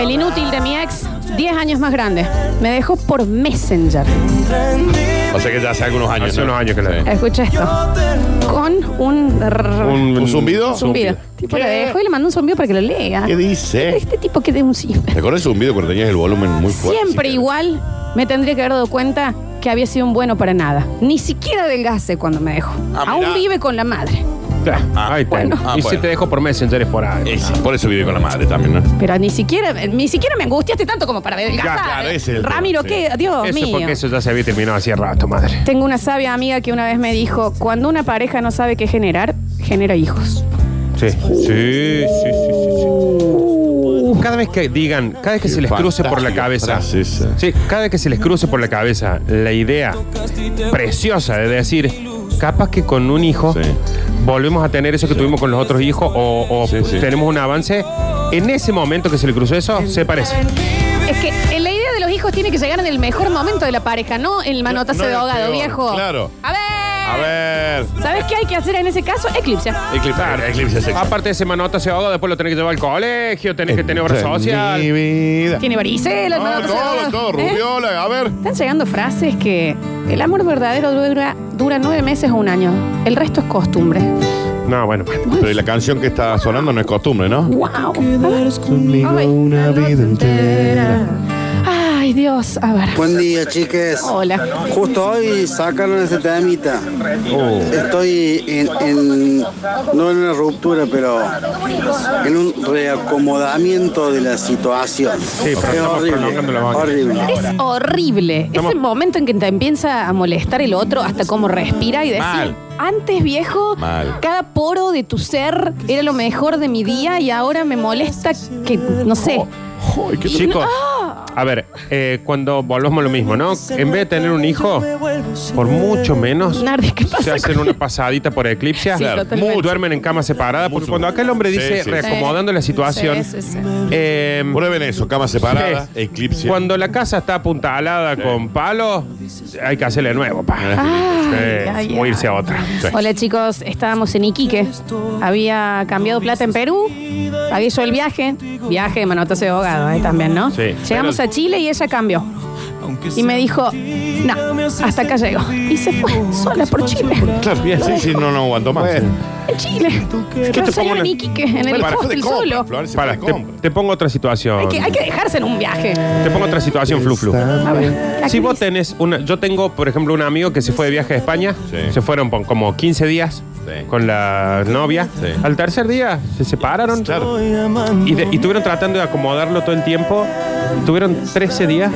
El inútil de mi ex 10 años más grande. Me dejó por Messenger. O sea que ya hace algunos años. Hace ¿no? unos años que la- Sí. Escucha esto. Con un, rrr- ¿Un zumbido? zumbido. Tipo, le ¿Qué? dejó y le mandó un zumbido para que lo lea. ¿Qué dice? Este tipo que de un zumbido. ¿Te acuerdas de un video cuando tenías el volumen muy fuerte? Siempre Sí, igual me tendría que haber dado cuenta que había sido un bueno para nada. Ni siquiera adelgacé cuando me dejó. Ah, Aún mirá. vive con la madre. Claro, ahí está. bueno. Ah, y si bueno. te dejo por Messenger es por algo. Eh, sí, por eso vive con la madre también, ¿no? Pero ni siquiera, ni siquiera me angustiaste tanto como para adelgazar. ¿eh? Ya, claro, ese es el tema, Ramiro, sí. ¿qué? Dios Eso Oh, mío. porque eso ya se había terminado hacía rato, madre. Tengo una sabia amiga que una vez me dijo, cuando una pareja no sabe qué generar, genera hijos. Sí. Sí, sí, sí, sí, sí. Cada vez que digan, cada vez que se les cruce por la Fantástica cabeza. frase esa. Sí, cada vez que se les cruce por la cabeza la idea preciosa de decir, capaz que con un hijo Sí. volvemos a tener eso que tuvimos con los otros hijos o, o Sí, sí. tenemos un avance, en ese momento que se le cruzó eso, se parece. Es que eh, la idea de los hijos tiene que llegar en el mejor momento de la pareja, no en el manotazo No, no de es ahogado, peor, viejo. claro. A ver. A ver. ¿Sabes qué hay que hacer en ese caso? Eclipse. Eclipse, eclipse sexual. Aparte de ese manota se ahoga, después lo tenés que llevar al colegio, tenés que tener obra Mi social. vida. Tiene varicela, el No, manotazo de Ah, todo, ahogado. todo, ¿Eh? rubiola, a ver. Están llegando frases que el amor verdadero dura, dura nueve meses o un año. El resto es costumbre. No, bueno, pues, bueno. Pero y la canción que está sonando no es costumbre, ¿no? ¡Wow! Conmigo Ay, una vida entera. Ay, Dios. A ver. Buen día, chiques. Hola. Justo hoy sacaron ese temita. Oh. Estoy en, en- no en una ruptura, pero en un reacomodamiento de la situación. pero Es estamos prolongando la vaca. horrible. Es horrible. Estamos- Ese momento en que te empieza a molestar el otro hasta cómo respira y decir, Mal. antes viejo, Mal. cada poro de tu ser era lo mejor de mi día y ahora me molesta que, no sé, Oh, ah, Chicos, a ver, eh, cuando volvamos a lo mismo, ¿no? En vez de tener un hijo, por mucho menos, Nardi, ¿qué pasa? se hacen una pasadita por eclipse. Sí, Claro. totalmente. Mucho. Duermen en camas separadas. Porque Mucho. cuando acá el hombre Sí, dice sí, sí. reacomodando la situación, Sí, sí, sí. eh, Prueben eso, cama separada, Sí. eclipse. cuando la casa está apuntalada con palos, hay que hacerle nuevo, pa. Ay, Sí, ay, o ay. irse a otra. Sí. Hola chicos, estábamos en Iquique. Había cambiado plata en Perú. Pagué yo el viaje. Viaje de manotazo de abogado, ¿eh? también, ¿no? Sí. Llegamos Pero- a Chile y ella cambió. Y me dijo, no, hasta acá llegó. Y se fue sola por Chile. Claro, bien, sí, sí, no, no aguanto más. Bueno. En Chile. te Pero pongo señor en una- Iquique, en el Bueno, para, fue de hostel compra, solo. Flor, se fue Para, de te, compra. te pongo otra situación. Hay que, hay que dejarse en un viaje. Te pongo otra situación, Flu Flu. A ver. la Si vos crisis. tenés una. Yo tengo, por ejemplo, un amigo que se fue de viaje a España. Sí. Se fueron por como 15 días Sí. con la novia. Sí. Al tercer día se separaron. Claro. Y, de- y estuvieron tratando de acomodarlo todo el tiempo. Tuvieron 13 días,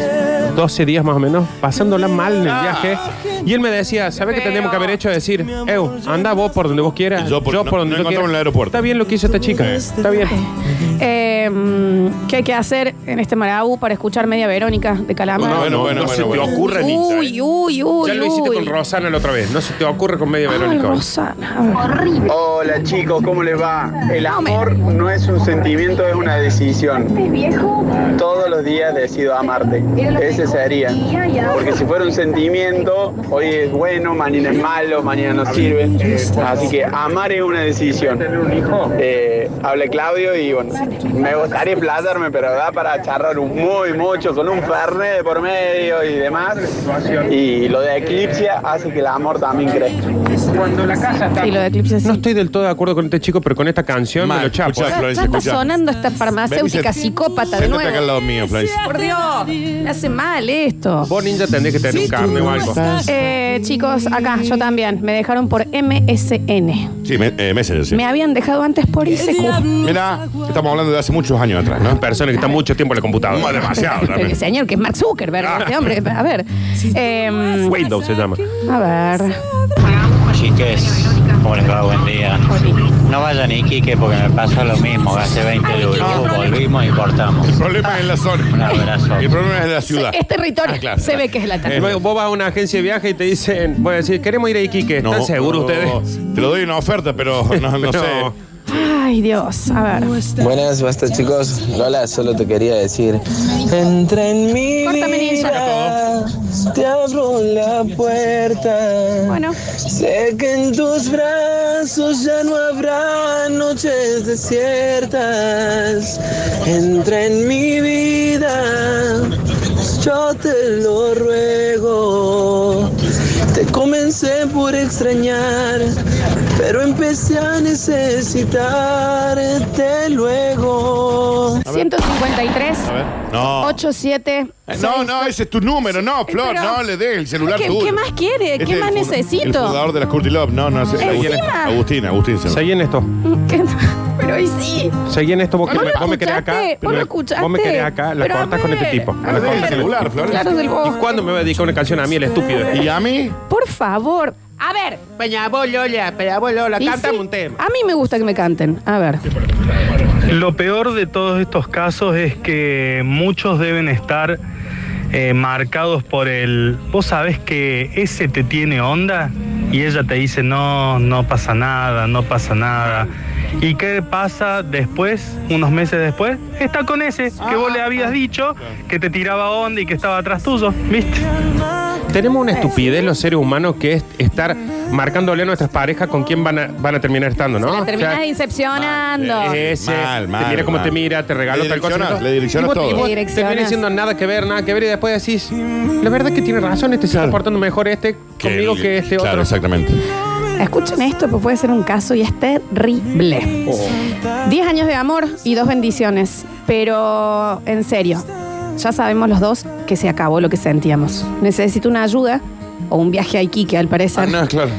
12 días más o menos, pasándola mal en Ah. el viaje. Y él me decía, ¿sabes qué Feo. tendríamos que haber hecho? Decir, Eu, anda vos por donde vos quieras, yo Yo por, por- no- donde yo no quiera". encontramos en el aeropuerto. Está bien lo que hizo esta chica, está bien. Eh, mm, ¿Qué hay que hacer en este Marabú para escuchar media Verónica de Calamar? No, bueno, bueno, no se bueno, bueno. te ocurre ni uy, uy, uy, Ya lo hiciste uy. con Rosana la otra vez, no se te ocurre con medio Ay, Verónica. hoy. Ah, Rosana. a ver. Hola chicos, ¿cómo les va? El No me- amor no es un sentimiento, es una decisión. Todos los días decido amarte. Ese sería. Porque si fuera un sentimiento, hoy es bueno, mañana es malo, mañana no sirve. Así que amar es una decisión. Eh, habla Claudio y bueno, me gustaría playarme, pero da para charlar un- muy mucho con un fernet de por medio y demás. Y lo de eclipse hace que el amor también crezca. Y lo de Eclipse sí. No estoy del todo de acuerdo con este chico, pero con esta canción me Mal, lo chapo. escuchá, ¿eh? Ya Florencia, está escuchá. sonando esta farmacéutica Ven, Vicente. psicópata de Siéntate acá nuevo. al lado mío, Florencia. Por Dios, me hace mal esto. Vos ninja tendés que tener un carne o algo. Eh, chicos, acá yo también. Me dejaron por MSN. Sí, me- eh, Messenger, sí. Me habían dejado antes por ICQ. Mira, estamos hablando de hace muchos años atrás, ¿no? Persona que está mucho tiempo en la computadora. No, demasiado Pero el también. Ah. señor que es Mark Zuckerberg, este hombre. A ver. Eh, Windows se llama. a ver. Chiques, ¿cómo les va? Buen día. No vayan a Iquique porque me pasó lo mismo, gasté 20 euros, volvimos y cortamos. El problema es en la Un zona. abrazo. El problema es en la ciudad. Es territorio. Ah, claro, Se ve claro. que es la Eh, tarde. Vos vas a una agencia de viaje y te dicen, voy a decir, queremos ir a Iquique. ¿Están seguros ustedes? Te lo doy en oferta, pero no, no Pero- sé. Ay, Dios. A ver. Buenas, basta chicos. Lola, solo te quería decir. Entra en mi Córtame, ninja. vida, te abro la puerta. Bueno. Sé que en tus brazos ya no habrá noches desiertas. Entra en mi vida, yo te lo ruego. Te comencé por extrañar, pero empecé a necesitarte luego. 153. A ver. No. 87. Eh, No, no, ese es tu número, no, Flor, pero- no le des el celular ¿Qué, tuyo. qué más quiere? Este ¿Qué es más el funda- El necesito? fundador de las Curti Love, no, no, ese- Agustín, Encima. Agustín, Agustín. se- Seguí en esto. ¿Qué? Pero hoy sí. Seguí en esto. Vos, ¿Vos que- lo vos me querés acá. escuchaste? ¿Vos lo me- vos me escuchaste? querés acá. La Pero a cortás con ver, este tipo. a La ver. cortás con el- Celular, Flor. Claro del ¿Y bosque. cuándo me va a dedicar una canción a mí, el estúpido? ¿Y a mí? Por favor. A ver. Peña, vos, Lola, peña, vos, Lola, y sí, A mí me gusta que me canten. A ver. Lo peor de todos estos casos es que muchos deben estar eh, marcados por el. Vos sabés que ese te tiene onda y ella te dice no, no pasa nada, no pasa nada. ¿Y qué pasa después, unos meses después? Está con ese que vos le habías dicho que te tiraba onda y que estaba atrás tuyo, ¿viste? Ah. Tenemos una estupidez los seres humanos que es estar marcándole a nuestras parejas con quién van a, van a terminar estando, ¿no? La terminás O sea, incepcionando. es ese, Mal, mal, te mira cómo mal. te mira, te regalo Le tal cosa. direccionas, ¿no? le direccionas Y vos- todo. y vos Le Te direccionas. viene diciendo nada que ver, nada que ver, y después decís, la verdad es que tiene razón, este se está portando mejor este conmigo que este Claro, otro. exactamente. Escuchen esto, pues puede ser un caso y es terrible. Diez años de amor y dos bendiciones. Pero en serio, ya sabemos los dos que se acabó lo que sentíamos. Necesito una ayuda o un viaje a Iquique, al Ah, parecer, no, claro.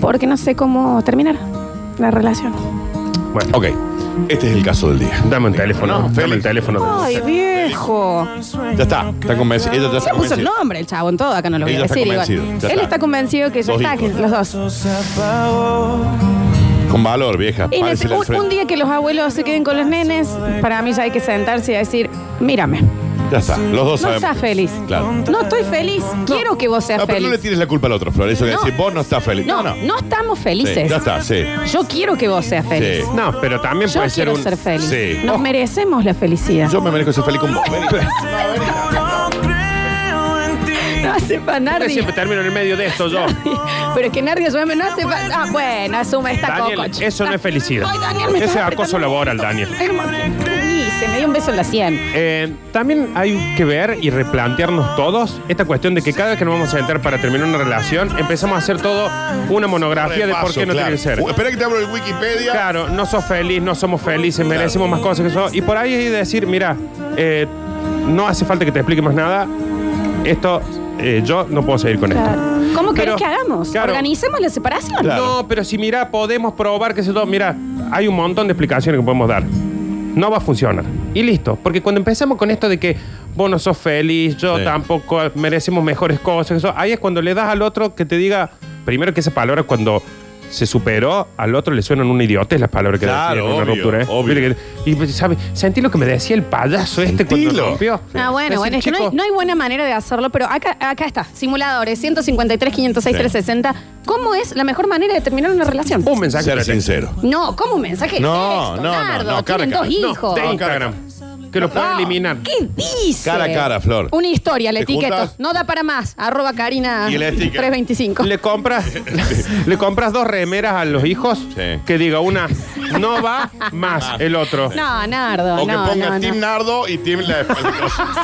porque no sé cómo terminar la relación. Bueno, Ok, este es el caso del día. dame un teléfono, No, dame Félix. el teléfono. Ay, viejo. Ya está, está convencido. Ella ya está Se puso el convencida. nombre el chavo en todo, acá no lo voy a Ella está decir. igual. convencido, ya Él está. está convencido que ya Dos está, que hijos. los dos. Con valor, vieja. Y Párese al nece- un, frente. un día que los abuelos se queden con los nenes, para mí ya hay que sentarse y decir, mírame, Ya está, los dos no sabemos. estás feliz. Claro. No, No estoy feliz, quiero que vos seas Ah, pero no le feliz. tires la culpa al otro, Flor. Eso que No. decir, vos no estás feliz. No, no, estamos felices. Sí, ya está, sí. Yo quiero que vos seas feliz. Sí. No, pero también Yo puede ser quiero un. Oh. ser feliz. sí. Nos merecemos la felicidad. Yo me merezco ser feliz con vos. Vení. No hace para Yo Nardi. siempre termino en el medio de esto yo. Pero es que Nardi ayúdame, no hace para. Ah, bueno, asuma esta Daniel, cococha. eso no es felicidad. Ay, Daniel, me Ese estás es acoso apretando. laboral, Daniel. Sí, se me dio un beso en la sien. Eh, también hay que ver y replantearnos todos esta cuestión de que cada vez que nos vamos a sentar para terminar una relación, empezamos a hacer todo una monografía de por Repaso, qué no claro. tiene que ser. Uh, Espera que te abro el Wikipedia. Claro, no sos feliz, no somos felices, merecemos más cosas que eso. Y por ahí decir, mira, eh, no hace falta que te explique más nada. Esto, eh, yo no puedo seguir con esto. ¿Cómo querés Pero, que hagamos? claro. Organicemos la separación. No, pero si mira, podemos probar que se todo. Mira, hay un montón de explicaciones que podemos dar. No va a funcionar. Y listo. Porque cuando empezamos con esto de que vos no sos feliz, yo Sí. tampoco merecemos mejores cosas, eso, ahí es cuando le das al otro que te diga, primero que esa palabra cuando se superó, al otro le suenan un idiote las palabras que Claro, decían en obvio, obvio. Mire ¿eh? que- Y ¿sabes? sentí lo que me decía el payaso este cuando Sentilo. rompió. Ah, bueno, Decir, bueno, es que no hay, "Chico, no hay buena manera de hacerlo, pero acá, acá está, simuladores, 153, 506, Sí. 360. ¿Cómo es la mejor manera de terminar una relación? un mensaje. Ser de- sincero. No, ¿cómo un mensaje? de No, texto, no, no, Nardo? no, cara Tienen a cara. dos No, hijos. de Instagram. Que lo pueden No, eliminar. ¿Qué dice? Cara a cara, Flor. Una historia, la ¿Te etiqueta. juntas? No da para más. Arroba Karina Y el sticker. 325. Le compras, le compras dos remeras a los hijos Sí. Ah. que diga una no va más el otro. No, Nardo, O que no, ponga no, no. Team Nardo y Team la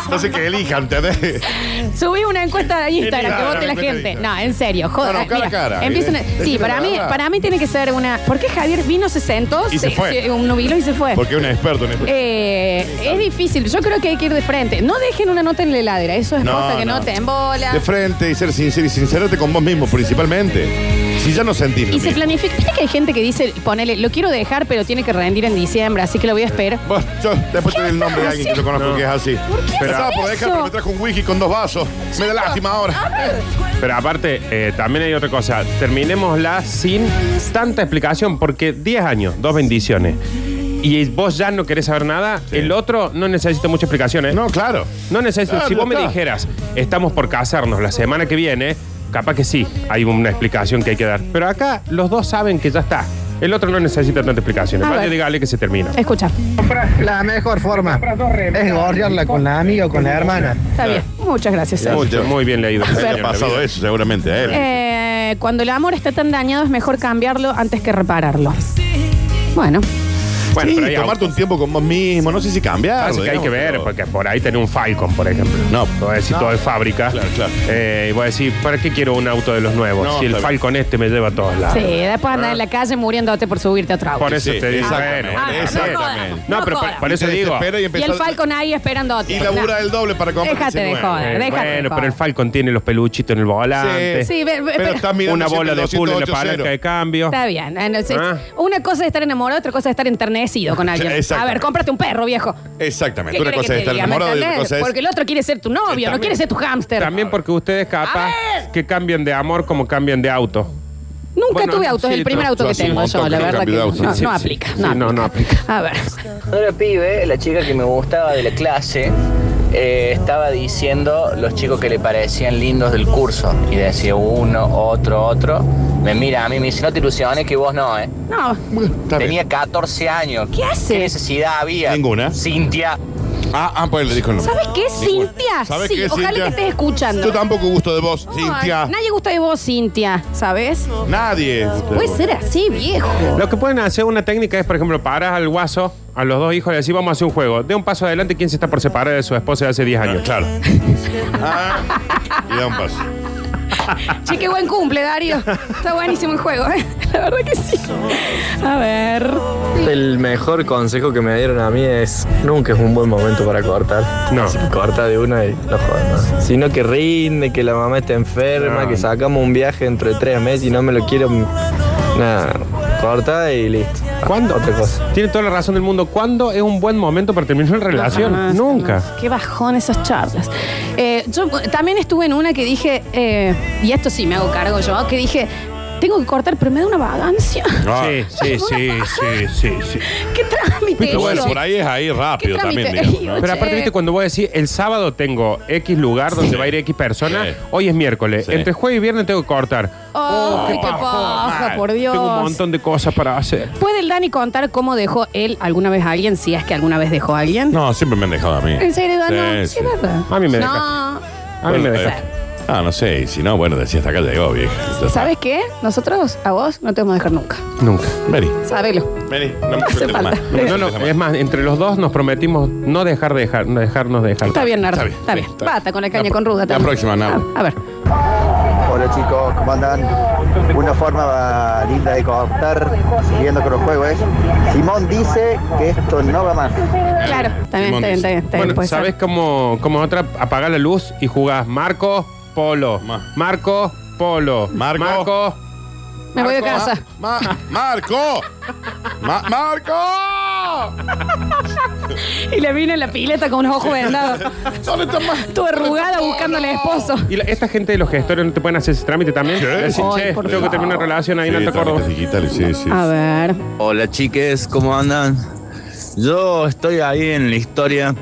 Entonces que elijan, ¿entendés? Subí una encuesta a Instagram que Claro, vote la encuesta de gente. Instagram. No, en serio, joder. No, no, cara a cara, empiecen a- ¿viste? sí, Decime para la mí, verdad. para mí tiene que ser una. ¿Por qué Javier vino, se sentó, Y se fue. un nubilo y se fue? Porque es un experto en esto. Eh, es difícil, yo creo que hay que ir de frente. No dejen una nota en la heladera, eso es posta que no, te embola. De frente y ser sincero y sincerarte con vos mismo principalmente. Si ya no sentís lo Y se mismo. planifica. Viste que hay gente que dice, ponele, lo quiero dejar, pero tiene que rendir en diciembre, así que lo voy a esperar. Bueno, yo después te doy el nombre de alguien que yo conozco No. que es así. ¿Por qué Pero haces estaba por eso? Ah. dejar, pero me trajo un wiki con dos vasos. Me da lástima ahora. Pero aparte, eh, también hay otra cosa. Terminémosla sin tanta explicación, porque 10 años, dos bendiciones. Y vos ya no querés saber nada, Sí. el otro no necesita mucha explicación, ¿eh? No, claro. No necesito. Claro, si vos me está. dijeras, estamos por casarnos la semana que viene, capaz que sí, hay una explicación que hay que dar. Pero acá los dos saben que ya está. El otro no necesita tanta explicación. A Vaya, ver. dígale que se termina. Escucha, La mejor forma es gorrearla con la amiga o con la hermana. está bien. Muchas gracias. Ya. Sergio. Mucho. Muy bien leído. Le señor. ha pasado eso seguramente a él. Eh, cuando el amor está tan dañado es mejor cambiarlo antes que repararlo. Bueno, Bueno, ¿eh? sí, pero hay tomarte un tiempo con vos mismo, no sé si cambiar. Pasa que hay que ver, porque por ahí tenés un Falcon, por ejemplo. No. Vos decís, todo es fábrica. Claro, claro. y vos decís, ¿para qué quiero un auto de los nuevos? No, si el está bien. Falcon este me lleva a todos lados. Sí, Ah. después andar en la calle muriéndote por subirte a otro auto. Por eso te digo. exactamente, bueno, no está bien. jodan, No, no pero jodan. por, por eso digo. Y, el Falcon ahí esperándote. Y labura el doble para comprar Déjate ese de nuevo. joder, Eh, déjate de bueno, joder. pero el Falcon tiene los peluchitos en el volante. Sí, ve- ve- pero- Una bola de pool en la palanca de cambio. Está bien. Ah, no, sí, Ah. Una cosa es estar enamorado, otra cosa es estar enternecido con alguien. A Exactamente. ver, cómprate un perro, viejo. ¿Qué Exactamente. Una querés cosa que es te estar diga? ¿Me enamorado y otra entendés? cosa es. Porque el otro quiere ser tu novio, no quiere ser tu hámster. También porque ustedes capaz que cambian de amor como cambian de auto. Nunca Bueno, tuve auto, es sí, el primer yo- auto yo que hacía un tengo yo, montón la que verdad que cambio de no, auto. no, Sí, sí, aplica. sí, no, no, no aplica. A ver. Cuando era pibe, la chica que me gustaba de la clase eh, estaba diciendo los chicos que le parecían lindos del curso. Y decía uno, otro, otro. Me mira a mí y me dice, no te ilusiones que vos no, ¿eh? No. Tenía 14 años. ¿Qué hace? ¿Qué necesidad había? Ninguna. Cintia. Ah, ah, pues le dijo el nombre. ¿Sabes qué, Cintia? ¿Sabes Sí, qué, ojalá Cintia? que estés escuchando. Yo tampoco gusto de vos, No, Cintia. Nadie gusta de vos, Cintia, ¿sabes? Nadie. gusta de Puede vos. ser así, viejo. Lo que pueden hacer una técnica es, por ejemplo, paras al guaso, a los dos hijos, y decís, vamos a hacer un juego. De un paso adelante, ¿quién se está por separar de su esposa de hace 10 años? Ah, Claro. Y da un paso. Che, qué buen cumple, Darío. Está buenísimo el juego, ¿eh? La verdad que sí. A ver. El mejor consejo que me dieron a mí es nunca es un buen momento para cortar. No. corta de una y no jodas más. Sino que rinde, que la mamá está enferma, que sacamos un viaje entre tres meses y no me lo quiero. Nada, corta y listo. ¿Cuándo? Otra cosa. Tiene toda la razón del mundo. ¿Cuándo es un buen momento para terminar una relación? Jamás, Nunca. jamás. Qué bajón esas charlas. Eh, yo eh, también estuve en una que dije, eh, y esto sí me hago cargo yo, que dije, tengo que cortar, pero me da una vagancia. Sí, sí, sí, sí, sí, sí. ¿Qué trámite? Pero bueno, eso? por ahí es ahí rápido ¿Qué también, trámite? digamos, ¿no? Pero aparte, viste, cuando vos decís, el sábado tengo X lugar donde va a ir X persona, hoy es miércoles. Entre jueves y viernes tengo que cortar. Oh, qué paja, por Dios. Tengo un montón de cosas para hacer. ¿Puede el Dani contar cómo dejó él alguna vez a alguien, si es que alguna vez dejó a alguien? No, siempre me han dejado a mí. ¿En serio, Dani? Sí, Sí, sí. verdad. A mí me No. A mí me Bueno, deja. eh, Ah, no sé, y si no, bueno, decía hasta acá llegó, vieja. Ya está. ¿Sabes qué? Nosotros, a vos, no te vamos a dejar nunca. Nunca. Vení, Sábelo. vení, no me Hace sueltes la falta. mano. No, no, eh, es más, entre los dos nos prometimos no dejar de dejar, no dejarnos de dejar. Está bien, Nardo. Está Está bien, bien. Está bien. Bata con la caña con ruda. también. Nardo. A ver. Hola chicos, ¿cómo andan? Una forma linda de cortar, siguiendo con los juegos es, Simón dice que esto no va más. Claro, está bien, está bien, está bien. está bien, Bueno, puede ser. ¿sabes cómo, cómo otra? Apagar la luz y jugás Marco, Polo. Marco, Polo. Marco. Me voy de casa. ah, Ma- ¡Marco! Ma- ¡Marco! Y le vino en la pileta con unos ojos vendados. Tu arrugada buscándole esposo. Y la- esta gente de los gestores no te pueden hacer ese trámite también. Decir, Ay, che, por tengo que favor. terminar una relación ahí en Sí, Alta Córdoba. digitales, sí, sí. A ver. Hola chiques, ¿cómo andan? Yo estoy ahí en la historia.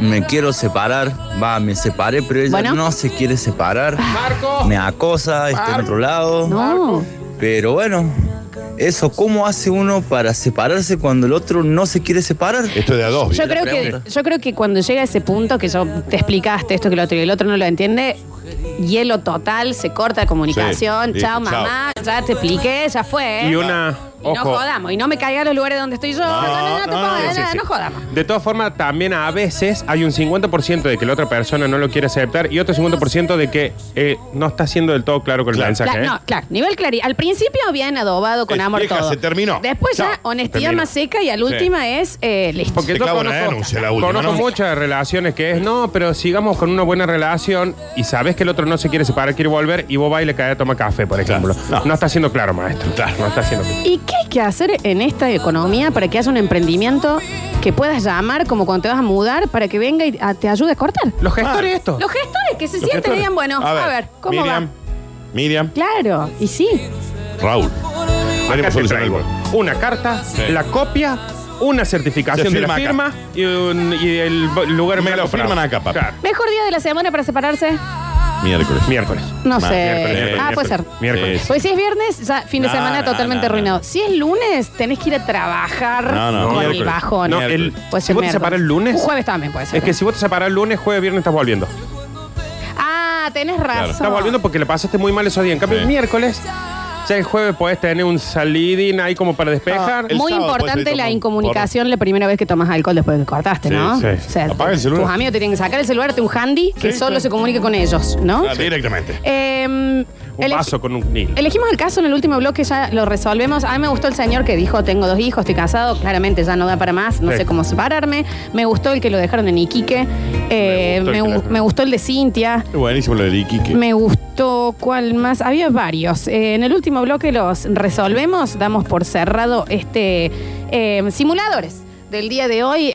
Me quiero separar. Va, me separé, pero ella Bueno. no se quiere separar. Marco. Me acosa, está en otro lado. No. Pero bueno, eso, ¿cómo hace uno para separarse cuando el otro no se quiere separar? Esto de a dos. Yo creo, que, yo creo que cuando llega ese punto que yo te explicaste esto que lo otro y el otro no lo entiende, hielo total, se corta la comunicación. Sí, chao, listo, mamá, ya te expliqué, ya fue. ¿eh? Y una. Y no Ojo. jodamos, y no me caiga a los lugares donde estoy yo. No, no, no, te no, puedo- sí, no, sí, sí. no jodamos. De todas formas, también a veces hay un 50% de que la otra persona no lo quiere aceptar y otro 50% de que eh, no está siendo del todo claro con el mensaje. Cla- ¿eh? No, claro, nivel claridad. Al principio bien adobado con Eh, amor vieja, todo. se terminó. Después Chao. ya honestidad Terminó. más seca y al Sí. última es eh, listo. Porque yo conozco, conozco muchas relaciones que es, no, pero sigamos con una buena relación y sabes que el otro no se quiere separar, quiere volver y vos vas y le caes a tomar café, por ejemplo. No. está siendo claro, maestro. No está siendo claro. ¿Y qué hay que hacer en esta economía para que haya un emprendimiento que puedas llamar como cuando te vas a mudar para que venga y ah, te ayude a cortar? Los gestores Ah. estos. Los gestores que se Los sienten gestores. y digan, bueno, a ver, ¿cómo Miriam, Miriam, va? Claro, y sí. Raúl. Acá Veremos te solucionar el traigo problema. una carta, la copia, una certificación Se de la firma firma acá. y, un- y el bo- lugar Me lo firman acá, papá. papá. ¿Mejor día de la semana para separarse? Miércoles. Miércoles. No Ah, sé. miércoles, miércoles, ah, puede ser. miércoles. Miércoles. Pues si es viernes, ya fin de No, semana no, totalmente no, no. arruinado. Si es lunes, tenés que ir a trabajar No, no, con el miércoles. bajón. No, el- Puede si ser vos te miércoles. separás el lunes- Un jueves también puede ser. Es que si vos te separás lunes, jueves, viernes estás volviendo. Ah, tenés razón. Estás volviendo porque le pasaste muy mal esos días. En cambio, el miércoles Ya el jueves podés tener un salidín ahí como para despejar. Muy importante la incomunicación la primera vez que tomas alcohol después de que cortaste, Sí, ¿no? sí. O sea, Apaga el celular. Tus amigos te tienen que sacar el celular, te un handy que Sí, solo sí. se comunique con ellos, ¿no? Ah, Directamente. Eh, Un ele- vaso con un nil. Elegimos el caso en el último bloque, ya lo resolvemos. A mí me gustó el señor que dijo, tengo dos hijos, estoy casado, claramente ya no da para más, no Sí. sé cómo separarme. Me gustó el que lo dejaron en Iquique, Eh, Me gustó el me, que gu- la- me gustó el de Cintia, Buenísimo lo de Iquique. me gustó cuál más, había varios. Eh, en el último bloque los resolvemos, damos por cerrado este eh, simuladores del día de hoy.